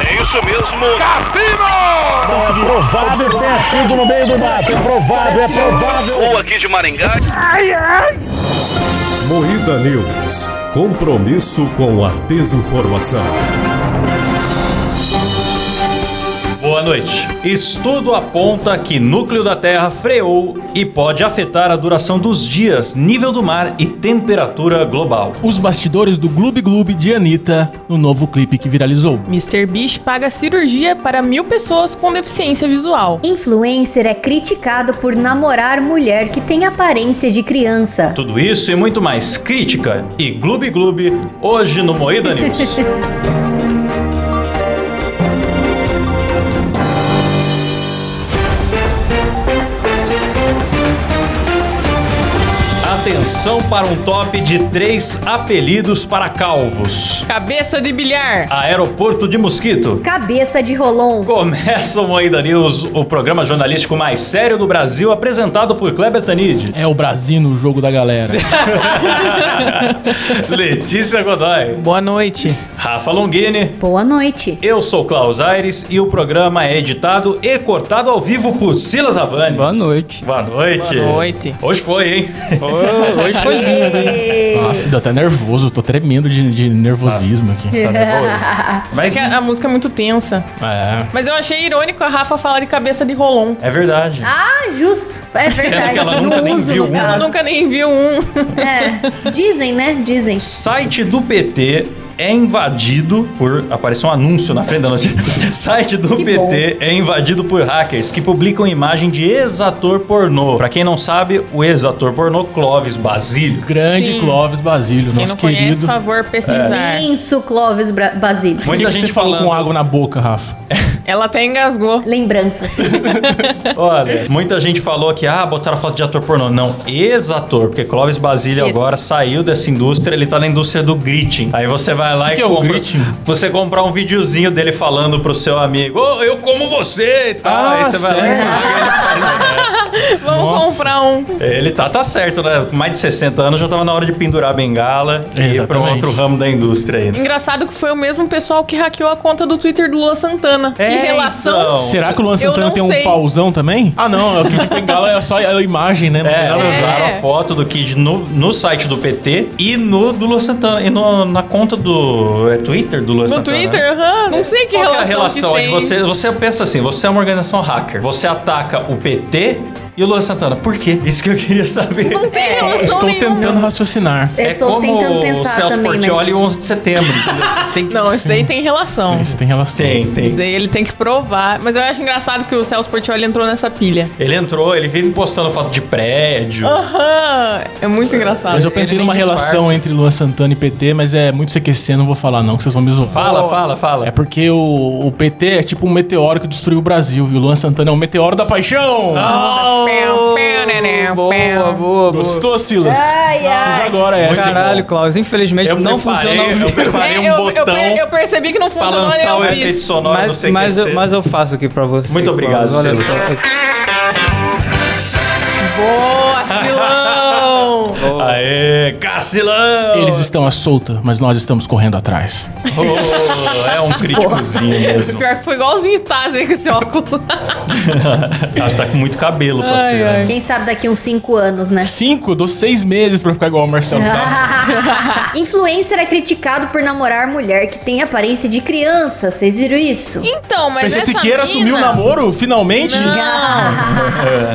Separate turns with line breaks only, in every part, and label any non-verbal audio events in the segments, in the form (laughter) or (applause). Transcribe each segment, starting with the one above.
É Isso mesmo, Cassino!
É provável que tenha sido no meio do mato. É provável, é provável.
Ou aqui de Maringá.
Moída News. Compromisso com a desinformação.
Boa noite. Estudo aponta que núcleo da Terra freou e pode afetar a duração dos dias, nível do mar e temperatura global.
Os bastidores do Gloob Gloob de Anitta no novo clipe que viralizou.
Mr. Beast paga cirurgia para mil pessoas com deficiência visual.
Influencer é criticado por namorar mulher que tem aparência de criança.
Tudo isso e muito mais crítica e Gloob Gloob hoje no Moída News. Atenção para um top de três apelidos para calvos.
Cabeça de bilhar.
Aeroporto de Mosquito.
Cabeça de Rolon.
Começa o Moída News, o programa jornalístico mais sério do Brasil, apresentado por Kleber Tanid, (laughs)
É o Brasil no jogo da galera.
Letícia Godoy,
Boa noite.
Rafa Longini.
Boa (laughs) noite.
Eu sou Klaus Aires e o programa é editado e cortado ao vivo por Silas Avani.
Boa noite.
Boa noite.
Boa noite.
Hoje foi, hein? (laughs)
hoje foi lindo, hein?
Ah,
Nossa, deu até nervoso. Tô tremendo de, de nervosismo aqui.
Tá nervoso?
É
Mas
que a, a música é muito tensa.
É.
Mas eu achei irônico a Rafa falar de cabeça de rolon.
é verdade.
Ah, justo. É verdade.
que ela
no
nunca nem
uso,
viu
no
uma,
Ela
caso.
nunca nem viu um.
É. Dizem, né? Dizem.
Site do PT é invadido por. Apareceu um anúncio na frente da notícia. (laughs) Site do
Que
PT é invadido por hackers que publicam imagem de ex-ator pornô. Pra quem não sabe, o ex-ator pornô Clóvis Basílio.
Grande
Sim.
Clóvis Basílio,
Quem
nosso
não conhece,
querido.
por favor,
Tá.
pesquisar.
Imenso Clóvis Bra- Basílio.
Por que
Muita
que
gente
você falou
falando.
com água na boca, Rafa?
Ela até engasgou.
(laughs) Lembranças.
Olha, muita gente falou que, ah, botaram foto de ator pornô. Não, ex-ator, porque Clóvis Basílio
Isso.
agora saiu dessa indústria, ele tá na indústria do greeting. Aí você vai lá
Que
e
que é o
compra.
greeting?
Você comprar um videozinho dele falando pro seu amigo, ô, eu como você e tal.
Ah,
Aí você vai lá e
sério?
Vamos
Nossa.
comprar um.
Ele tá, tá certo, né? Com mais de 60 anos já tava na hora de pendurar a bengala e ir pra um
Exatamente.
outro ramo da indústria aí. né?
Engraçado que foi o mesmo pessoal que hackeou a conta do Twitter do Lua Santana.
É,
que relação.
então.
Será que o Luan Santana
não
tem um
sei.
pauzão também? Ah, não. É o que de bengala é só a imagem, né? Não tem
É,
nada a ver.
usaram a foto do Kid no, no site do PT e no do Lua Santana. E no- na conta do. É Twitter do Lua
No
Santana? né?
Twitter, aham. Não sei que
Qual que
relação.
é a relação?
que
É de
tem.
você, você pensa assim, você é uma organização hacker, você ataca o PT e o Luan Santana. Por quê? Isso que eu queria saber. É
Não tem relação
Estou
nenhuma.
tentando raciocinar.
Eu tô tentando pensar
o Celso
também, mas.
Portioli e o 11 de setembro. entendeu? Você tem
(laughs)
que... (laughs)
Não, isso daí tem relação.
Isso tem relação.
Tem, tem.
Isso daí ele tem que provar. Mas eu acho engraçado que o Celso Portioli entrou nessa pilha.
Ele entrou, ele vive postando foto de prédio.
Oh. Aham. É muito engraçado.
Mas eu pensei
Ele nem
numa
disfarça.
relação entre Luan Santana e PT, mas é muito CQC, não vou falar não, que vocês vão me zoar.
Fala, fala, fala.
É porque o, o PT é tipo um meteoro que destruiu o Brasil, e o Luan Santana é um meteoro da paixão!
Ah.
Pau, pau, neném,
Boa,
pau.
boa, boa.
Gostou, Silas?
Ai, ai.
Fiz agora essa. hein?
Caralho, Klaus, infelizmente
é. Tá Eu
não
preparei,
funcionou.
eu preparei
É,
um
eu, eu
botão
per- eu percebi que não
pra
funcionou
lançar o
e eu
efeito
fiz.
sonoro do
Mas,
CQC.
mas, eu, mas eu faço aqui pra você.
é Muito obrigado,
Klaus, olha
Silas.
só.
Boa, Silão!
Aê, Cacilão!
Eles estão à solta, mas nós estamos correndo atrás.
Oh, é um críticozinho mesmo.
Pior que é. foi igualzinho Tazer com esse óculos. (laughs)
Ela tá com muito cabelo pra
Ai,
ser. né?
ai.
Quem sabe daqui uns 5 anos, né?
Cinco, dou seis meses pra ficar igual o Marcelo
Ah,
Tassi.
(laughs) Influencer é criticado por namorar mulher que tem aparência de criança. Vocês viram isso?
Então, mas
Pensei
essa
Siqueira assumiu o
mina-
namoro, finalmente?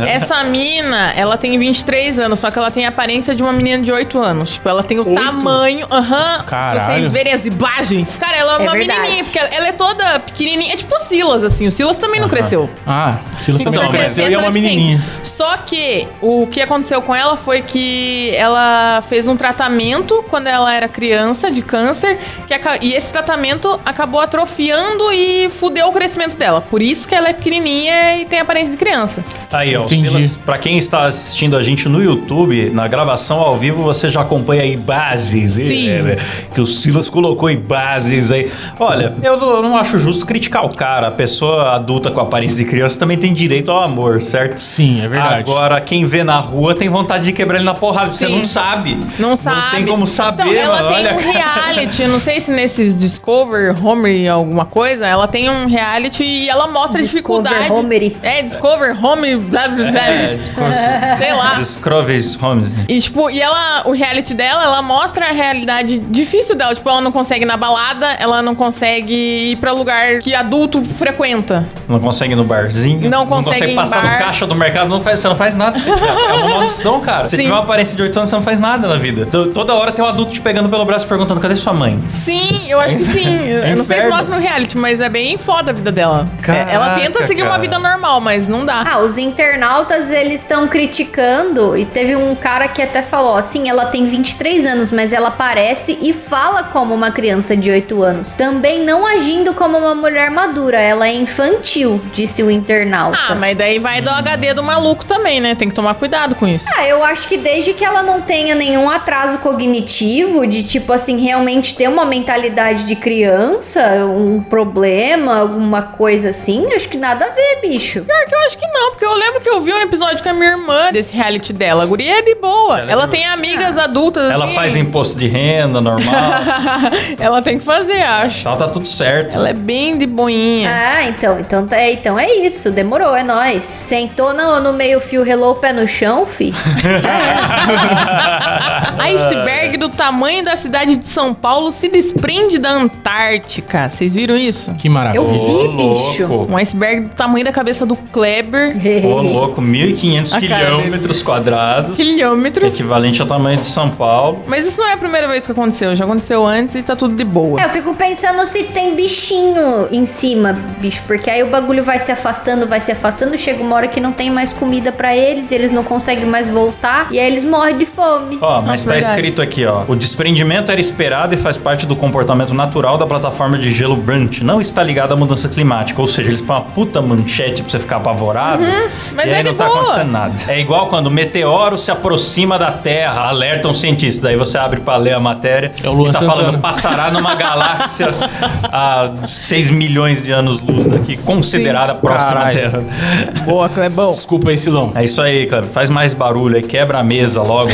é.
Essa mina, ela tem 23 anos, só que ela tem a aparência de uma menina de 8 anos. Tipo, ela tem o
Oito?
tamanho. Aham.
Caralho.
Se vocês verem as imagens. Cara, ela é,
É
uma
verdade.
menininha, porque ela é toda pequenininha. É tipo o Silas, assim. O Silas também não cresceu.
Ah, o Silas também
Então, mas
cresceu e é uma
Essa deficiência.
menininha.
Só que o que aconteceu com ela foi que ela fez um tratamento quando ela era criança de câncer que aca- e esse tratamento acabou atrofiando e fudeu o crescimento dela. Por isso que ela é pequenininha e tem aparência de criança.
Aí, ó, o
Entendi.
Silas, pra quem está assistindo a gente no YouTube, na gravação ao vivo, você já acompanha aí bases. né?
Sim.
é, é, que o Silas colocou em bases aí. Olha, eu não, eu não acho acho justo criticar o cara. A pessoa adulta com aparência de criança também tem direito ao amor, certo?
Sim, é verdade.
Agora, quem vê na rua tem vontade de quebrar ele na porrada. Você
Sim.
não sabe.
Não sabe.
Não tem como saber,
Então, ela
mano.
tem
Olha,
um reality, eu não sei se nesses Discover, Homer, alguma coisa, ela tem um reality e ela mostra a
Discover
dificuldade.
Homer.
É, Discover, Homer, blá, blá, blá.
É, discurso.
sei lá.
Discroves Holmes.
E, tipo, e ela, o reality dela, ela mostra a realidade difícil dela. Tipo, ela não consegue ir na balada, ela não consegue ir pra lugar que adulto frequenta.
Não consegue ir no barzinho.
Não consegue ir em
passar
bar.
no caixa do mercado. Não faz, você não faz nada. Você tiver, é uma maldição, cara. Você
Sim.
tiver uma aparência de 8 anos, você não faz nada na vida. To- Toda hora tem um adulto te pegando pelo braço e perguntando, cadê sua mãe?
Sim, eu acho que sim.
É
eu não sei se
inferno.
mostra no reality, mas é bem foda a vida dela. É,
Caraca,
ela tenta seguir uma
cara.
vida normal, mas não dá.
Ah, os internautas eles estão criticando e teve um cara que até falou assim, ela tem 23 anos, mas ela parece e fala como uma criança de 8 anos. Também não agindo como uma mulher madura, ela é infantil, disse o internauta.
Ah, mas daí vai do HD do maluco também, né? Tem que tomar cuidado com isso.
Ah, eu acho que desde que ela não tenha nenhum atraso cognitivo, de tipo assim, realmente ter uma mentalidade de criança, um problema, alguma coisa assim, acho que nada a ver, bicho.
Pior que eu acho que não, É, porque eu lembro que eu vi um episódio com a minha irmã desse reality dela. A guria é de boa.
Ela
Ela,
é de
tem amigas adultas,
Ela
assim. (laughs)
faz imposto de renda normal.
ela tem que fazer, acho.
tal, tá tudo certo.
Ela é bem de
É.
boinha.
Ah, então, então, tá- é, então é isso, demorou, é nóis. Sentou no, no meio fio, relou o pé no chão, fi. É.
(laughs) Iceberg do tamanho da cidade de São Paulo se desprende da Antártica. Vocês viram isso?
Que maravilha.
Eu vi, bicho.
louco.
Um iceberg do tamanho da cabeça do
(laughs)
Kleber.
Ô, louco, 1.500
A cara dele.
quilômetros quadrados.
É
Quilômetros.
Equivalente ao tamanho de São Paulo.
Mas isso não é a primeira vez que aconteceu. Já aconteceu antes e tá tudo de boa.
É, eu fico pensando se tem bichinho em cima, bicho, porque aí o bagulho vai se afastando, vai se afastando, chega uma hora que não tem mais comida pra eles, eles não conseguem mais voltar, e aí eles morrem de fome.
Ó, mas tá
verdade.
escrito aqui, ó. O desprendimento era esperado e faz parte do comportamento natural da plataforma de gelo Brunt. Não está ligado à mudança climática. Ou seja, eles põem uma puta manchete pra você ficar apavorado.
mas
e
é
aí
de
não tá
boa.
acontecendo nada. É igual quando o meteoro se aproxima da Terra, alertam cientistas. Aí você abre pra ler a matéria
É o Luan
e tá falando
Santana. (laughs)
passará numa galáxia a 6 milhões de anos-luz daqui, considerada próxima à
Caralho.
Terra.
Boa, Clebão.
Desculpa aí, Silão.
É isso aí, cara. Faz mais barulho aí, quebra a mesa logo.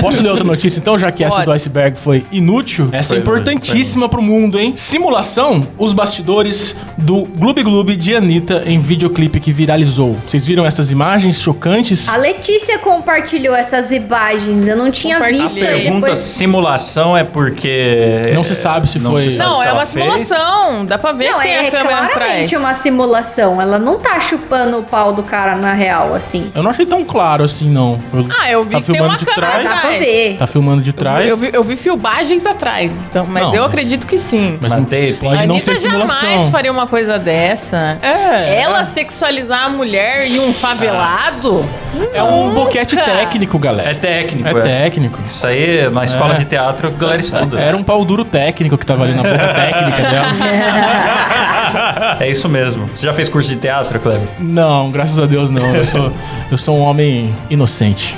Posso ler outra notícia então, já que essa
Pode.
do iceberg foi inútil? Essa é
Foi,
importantíssima pro mundo, hein? Simulação, os bastidores do Gloob Gloob de Anitta em videoclipe que viralizou. Vocês viram essas imagens chocantes?
A Letícia compartilhou essas imagens, eu não tinha
Compartilhei.
visto.
A
aí
Pergunta
depois...
simulação é porque.
Não se sabe se foi-
se sabe
Não,
se
é
ela
uma
fez.
simulação. Dá pra ver
Não,
que tem
é,
a câmera atrás.
claramente uma simulação. Ela não tá chupando o pau do cara na real, assim.
Eu não achei tão claro assim, não. Eu-
Ah, eu vi
tá
que tem
filmando
uma
de
câmera
trás.
Ah, dá pra
Ai.
ver.
Tá filmando de trás.
Eu vi, eu vi filmagens atrás, então, mas
Não,
eu
mas-
acredito que sim.
Mas
Mas
não
tem- tem-
pode não
Anitta
ser
jamais
simulação.
faria uma coisa dessa.
É.
Ela sexualizar a mulher e um favelado?
É um boquete
Nunca.
técnico,
É
galera.
técnico.
É técnico. É.
Isso aí, na escola de teatro, a galera estuda.
Era um pau duro técnico que tava ali na (laughs) boca técnica dela. um-
É isso mesmo. Você já fez curso de teatro, Kleber?
Não, graças a Deus não. Eu sou, eu sou um homem inocente.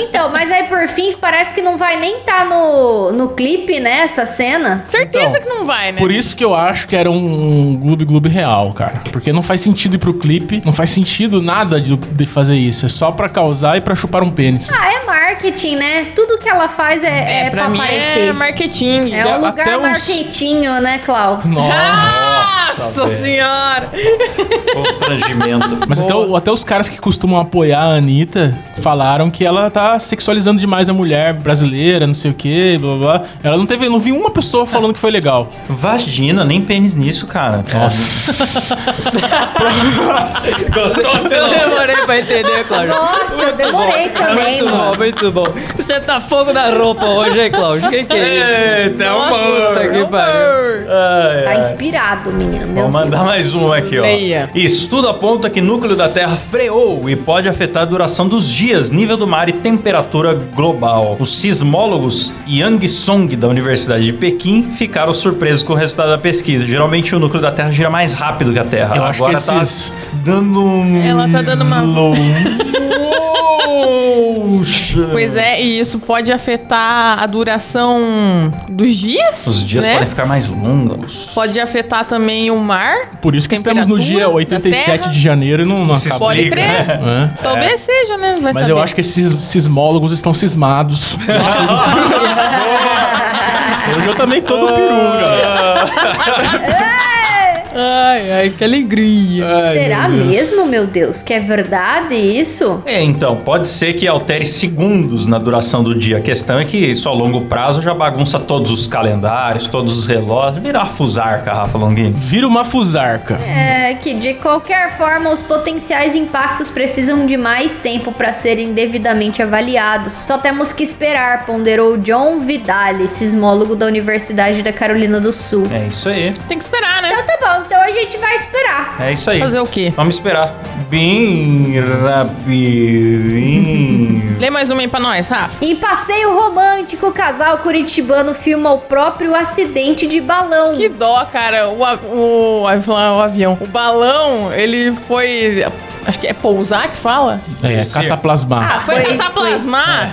Então, mas aí por fim, parece que não vai nem tá no, no clipe, né? Essa cena.
Certeza
Então,
que não vai, né?
Por isso que eu acho que era um Gloob Gloob real, cara. Porque não faz sentido ir pro clipe, não faz sentido nada de, de fazer isso. É só pra causar e pra chupar um pênis.
Ah, é marketing, né? Tudo que ela faz é, é,
pra
pra,
mim é
aparecer.
marketing.
É, um
até
lugar
os-
marketinho, né, Klaus?
Nossa,
velho.
senhora!
Constrangimento.
Mas até, o- até os caras que costumam apoiar a Anitta falaram que ela tá sexualizando demais a mulher brasileira, não sei o quê, blá blá blá. Ela não teve, não vi uma pessoa falando que foi legal.
Vagina, nem pênis nisso, cara. (laughs) Nossa. Gostou?
Eu demorei pra entender, Cláudio.
Nossa, eu demorei também,
Muito
mano.
bom, muito bom. Você tá fogo na roupa hoje, hein, Cláudio? O que, que é isso?
Eita,
Puta que pariu.
Tá
É.
inspirado, menino. Meu
Vou mandar mais um aqui, ó.
Leia.
Estudo aponta que núcleo da Terra freou e pode afetar a duração dos dias, nível do mar e temperatura global. Os sismólogos Yang Song, da Universidade de Pequim, ficaram surpresos com o resultado da pesquisa. Geralmente o núcleo da Terra gira mais rápido que a Terra.
Eu acho
Agora
que
tá
esses-
dando um...
Ela tá dando uma-
slow. Poxa!
Pois é, e isso pode afetar a duração dos dias.
Os dias
né?
podem ficar mais longos.
Pode afetar também o mar.
Por isso que estamos no
temperatura
dia
da
87
terra.
de janeiro e não, não
Se
acaba.
Pode
Explica,
crer.
né?
Talvez seja, né? Vai
Mas eu acho que esses sismólogos estão cismados. Hoje eu também tô do peru,
É.
galera.
Ai, ai, que alegria.
Ai,
Será
meu Deus.
mesmo, meu Deus? Que é verdade isso?
É, então, pode ser que altere segundos na duração do dia. A questão é que isso a longo prazo já bagunça todos os calendários, todos os relógios. Virar fusarca, Rafa Longini.
Vira uma fusarca.
É que de qualquer forma os potenciais impactos precisam de mais tempo para serem devidamente avaliados. Só temos que esperar, ponderou John Vidali, sismólogo da Universidade da Carolina do Sul.
É isso aí.
Tem que esperar, né?
Então tá bom, então a gente vai esperar.
É isso aí.
Fazer o quê?
Vamos esperar. Bem rapidinho.
Lê mais uma aí pra nós, Rafa.
Em passeio romântico, o casal curitibano filma o próprio acidente de balão.
Que dó, cara. O, a- o, a- o avião. O balão, ele foi. Acho que é pousar que fala?
É,
Sim.
cataplasmar.
Ah, foi,
foi,
tentar
foi.
plasmar.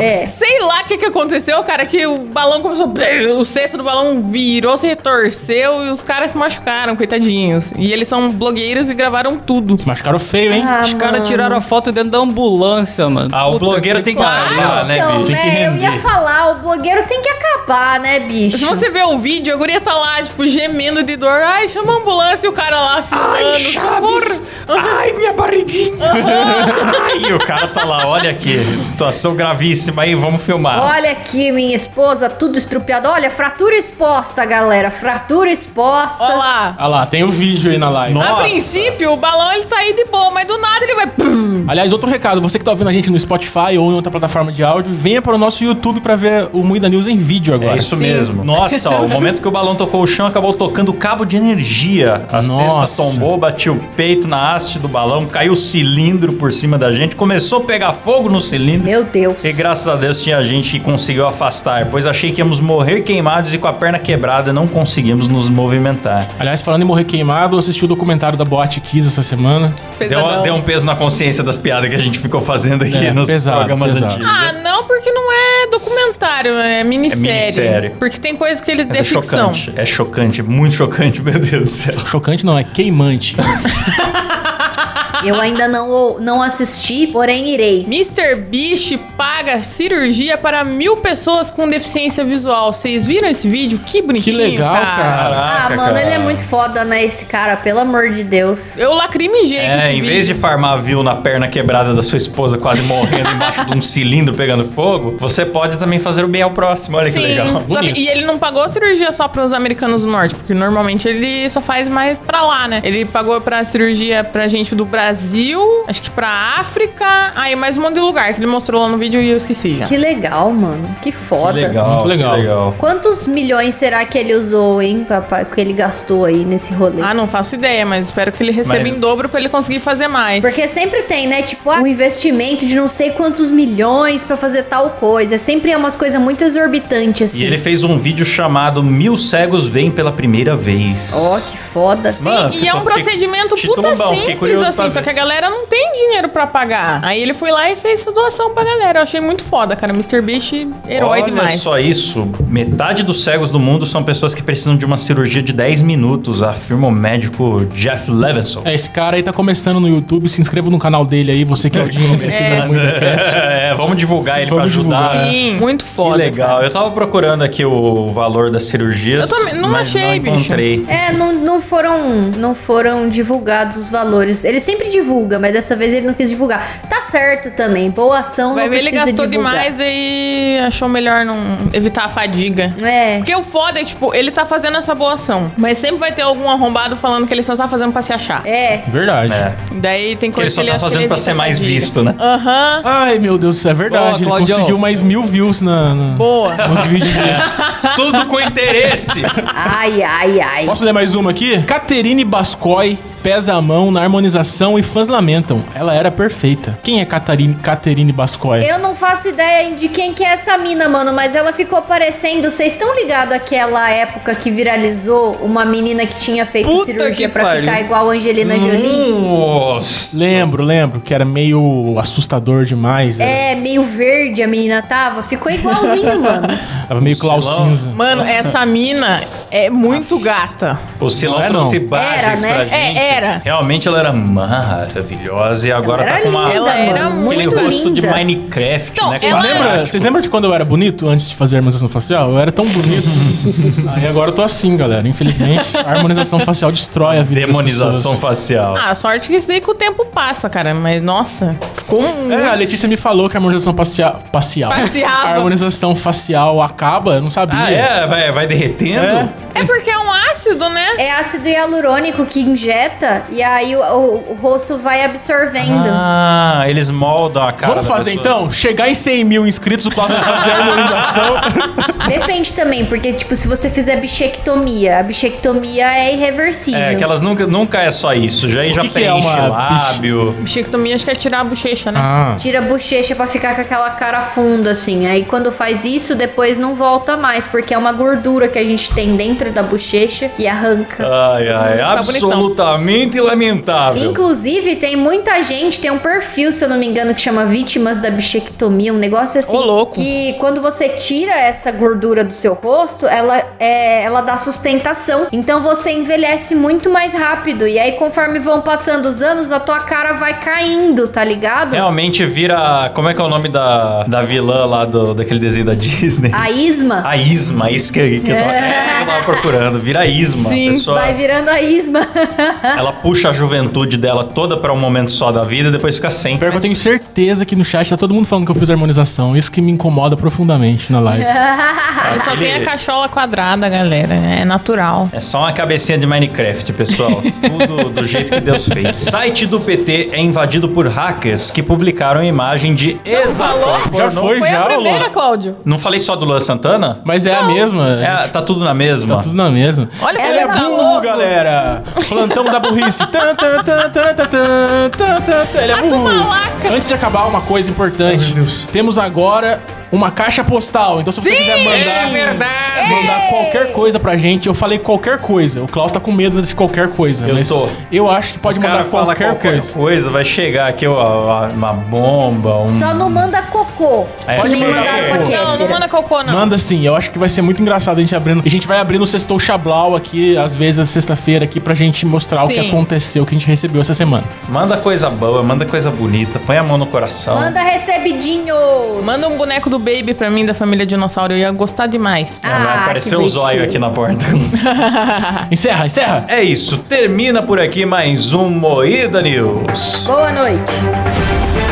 É.
Sei lá o que, que aconteceu, cara, que o balão começou. O cesto do balão virou, se retorceu e os caras se machucaram, coitadinhos. E eles são blogueiros e gravaram tudo.
Se machucaram feio, hein?
Ah,
Os caras
mano.
tiraram a foto dentro da ambulância, mano.
Ah, o
Puta
blogueiro
que
tem que
pariu.
acabar, né,
Então,
bicho? Tem que
né, eu ia
render.
falar, o blogueiro tem que acabar, né, bicho?
Se você ver o vídeo, a guria tá lá, tipo, gemendo de dor. Ai, chama a ambulância e o cara lá filmando. Socorro!
Ai, minha barriguinha! Ai, o cara tá lá, olha aqui, situação gravíssima aí, vamos filmar.
Olha aqui, minha esposa, tudo estrupiado. Olha, fratura exposta, galera. Fratura exposta.
Olha lá.
Ah lá, tem o vídeo aí na live.
A
Nossa.
princípio, o balão ele tá aí de boa, mas do nada ele vai.
Aliás, outro recado, você que tá ouvindo a gente no Spotify ou em outra plataforma de áudio, venha para o nosso YouTube para ver o Muida News em vídeo agora.
É isso mesmo. Nossa, ó, o momento que o balão tocou o chão, acabou tocando o cabo de energia. A
Nossa.
cesta tombou, bati o peito na haste do balão, caiu o cilindro por cima da gente, começou a pegar fogo no cilindro.
Meu Deus.
E graças a Deus tinha gente que conseguiu afastar, pois achei que íamos morrer queimados e com a perna quebrada não conseguimos nos movimentar.
Aliás, falando em morrer queimado, eu assisti o documentário da Boate Kiss essa semana.
Deu,
Pesadão.
deu um peso na consciência das piadas que a gente ficou fazendo aqui
É,
nos
pesado,
programas
pesado.
antigos.
Ah, não, porque não é documentário, é minissérie.
minissérie.
Porque tem coisa que ele
Mas
é ficção.
chocante, é chocante, muito chocante, meu Deus do céu.
Chocante não, é
(laughs)
queimante.
Eu ainda não, não assisti, porém irei.
Mr. Beast paga cirurgia para mil pessoas com deficiência visual. Vocês viram esse vídeo? Que bonitinho,
legal, cara.
Ah, mano, ele é muito foda, né, esse cara? Pelo amor de Deus.
Eu lacrimejei com
É,
esse
em
vídeo.
vez de farmar viu na perna quebrada da sua esposa quase morrendo
(laughs)
embaixo de um cilindro pegando fogo, você pode também fazer o bem ao próximo. Olha
Sim,
que legal.
só que-
Bonito.
e ele não pagou a cirurgia só para os americanos do norte, porque normalmente ele só faz mais pra lá, né? Ele pagou pra cirurgia pra gente do Brasil, acho que pra África, aí mais um monte de lugar que ele mostrou lá no vídeo e eu esqueci já.
Que legal, mano.
Ah.
Que
Que
foda.
legal,
Muito
que
legal.
legal.
Quantos milhões será que ele usou, hein, papai? Que ele gastou aí nesse rolê?
Ah, não faço ideia, mas espero que ele receba
Mas-
em dobro pra ele conseguir fazer mais.
Porque sempre tem, né? Tipo, ah, um investimento de não sei quantos milhões pra fazer tal coisa. É Sempre é umas coisas muito exorbitantes, assim.
E ele fez um vídeo chamado Mil Cegos Vêm Pela Primeira Vez.
Ó, que foda.
Mano,
e é um
fiquei-
procedimento
fiquei
puta
tombão, fiquei
simples,
curioso pra
assim, só
ver. Ah.
que a galera não tem dinheiro pra pagar. Aí ele foi lá e fez essa doação pra galera. Eu achei muito foda, cara. Mr. Beast, herói
Olha
demais.
só isso. Metade dos cegos do mundo são pessoas que precisam de uma cirurgia de 10 minutos, afirma o médico Jeff Levinson.
é, esse cara aí tá começando no YouTube, se inscreva no canal dele aí, você que é audiência aqui
É.
da
(laughs)
MuidaCast.
É, vamos divulgar ele
Vamos
pra ajudar.
divulgar.
né?
Sim, muito
Que
foda.
legal. Eu tava procurando aqui o valor das cirurgias.
Eu também- não
mas
achei,
não encontrei.
É, não, não foram não foram divulgados os valores. Ele sempre divulga, mas dessa vez ele não quis divulgar. Tá certo também. Boa ação
Vai
não
ver, ele
precisa
gastou
divulgar.
demais e achou melhor não evitar a fadiga.
É.
Porque o foda é, tipo, ele tá fazendo essa boa ação, mas sempre vai ter algum arrombado falando que ele só tá fazendo pra se achar.
É.
Verdade.
É.
Daí tem
Que ele
coisa que
só
ele
tá
acha que
fazendo pra
evita
ser
a (laughs)
mais
fadiga.
visto, né?
Aham.
Ai, meu Deus, isso é verdade.
Boa,
ele
Claudião.
conseguiu mais mil views na, na-
Boa.
nos vídeos dele.
Tudo com interesse.
Ai, ai, ai.
Posso ler mais uma aqui? Caterine Bascoi pesa a mão na harmonização e fãs lamentam. Ela era perfeita. Quem é Catarine, Caterine Bascoi?
Eu não faço ideia de quem que é essa mina, mano, mas ela ficou parecendo. Vocês estão ligados àquela época que viralizou uma menina que tinha feito
Puta
cirurgia
que
pra
pariu. Hum.
ficar igual a Angelina Jolie?
Nossa.
Lembro, lembro, que era meio assustador demais. né?
É, meio verde a menina tava. Ficou igualzinho, mano.
Tava meio Klaus
Silão.
Cinza.
Mano, essa mina é muito gata.
O Silão
Não é, não.
trouxe
Era,
bases
né?
pra
É,
gente.
era.
Realmente ela era maravilhosa e agora
Ela
tá
era
com uma,
linda,
Ela era
mano,
muito
aquele
muito
rosto de
linda.
Minecraft,
Então,
né?
ela-
Vocês lembram, vocês lembram de quando eu era bonito antes de fazer a harmonização facial? Eu era tão
(laughs)
bonito. Aí agora eu tô assim, galera. Infelizmente, a harmonização facial destrói a vida das
Demonização
pessoas.
facial.
Ah, sorte que isso daí que o tempo passa, cara. Mas, nossa, ficou um muito...
É, a Letícia me falou que a harmonização facial. Facial.
Facial.
A harmonização facial acaba, eu não sabia.
Ah, é? Vai, vai derretendo?
É.
É porque é um ácido, né?
É ácido hialurônico que injeta e aí o, o- o rosto vai absorvendo.
Ah, eles moldam a cara. tá
Vamos
da
fazer
pessoa.
então? Chegar em 100 mil inscritos, o Plasma vai fazer a harmonização.
(laughs)
Depende também, porque, tipo, se você fizer bichectomia, a bichectomia é irreversível.
É, que elas nunca, nunca é só isso. Já, já
que que é
preenche
uma
lábio.
Bichectomia acho que é tirar a bochecha, né?
Ah.
Tira a bochecha pra ficar com aquela cara funda, assim. Aí quando faz isso, depois não volta mais, porque é uma gordura que a gente tem dentro da bochecha que arranca.
Ai, ai,
Tá bonitão.
absolutamente lamentável.
Inclusive, tem muita gente, tem um perfil, se eu não me engano, que chama Vítimas da Bichectomia, um negócio assim.
Ô, louco.
Que quando você tira essa gordura do seu rosto, ela, é, ela dá sustentação. Então você envelhece muito mais rápido. E aí, conforme vão passando os anos, a tua cara vai caindo, tá ligado?
É,
Realmente vira. Como é que é o nome da, da vilã lá do, daquele desenho da (laughs) Disney?
A isma
A Isma, é isso que, que eu tava, essa que eu tava procurando. Vira a Isma.
É. Sim,
a pessoa,
vai virando
(laughs)
a isma.
ela puxa a juventude dela toda pra um momento só da vida e depois fica sem.
Pior que eu tenho certeza que no chat tá todo mundo falando que eu fiz a harmonização. Isso que me incomoda profundamente na live.
Ele Ah, só
Ele-
tem a cachola quadrada, galera. É natural.
É só uma cabecinha de Minecraft,
(laughs)
pessoal. Tudo do jeito que Deus fez. Site do PT é invadido por hackers que publicaram imagem de
falou?
ex-ator
Já
pornô.
foi,
Foi
já,
a primeira,
Lolo.
Cláudio.
Não falei só do Luan Santana?
Mas é a mesma.
É, tá tudo na mesma?
Tá tudo na mesma.
Olha como
Ele é
ele tá
burro,
louco.
galera! Plantão da burrice. Tan, tan, tan, tan, tan, tan, tan, tan, tan. Ele é burro.
Tá malaca.
Antes de acabar, uma coisa importante. Temos agora uma caixa postal. Então, se você quiser
É
mandar, mandar qualquer coisa pra gente, eu falei qualquer coisa. O Klaus tá com medo desse qualquer coisa.
Eu
mas
tô.
Eu acho que pode
O cara
mandar
fala
qualquer,
qualquer,
coisa.
coisa. vai chegar aqui uma, uma bomba, um...
Só não manda cocô.
É,
que
pode
nem
mandar
mandaram pra
cocô.
Não, não
Kéfera.
manda cocô, não.
Manda sim, eu acho que vai ser muito engraçado a gente abrindo. A gente vai abrindo o Sextou Chablau aqui, às vezes, sexta-feira, aqui, pra gente mostrar o que
Sim.
aconteceu, o que a gente recebeu essa semana.
Manda coisa boa, manda coisa bonita, põe a mão no coração.
Manda recebidinho.
Manda um boneco do Baby pra mim da família Dinossauro. Eu ia gostar demais.
Ah, vai
Ah,
aparecer
que
o zóio
bonitinho.
aqui na porta. (laughs)
Encerra, encerra!
é isso, termina por aqui mais um Moída News.
Boa noite.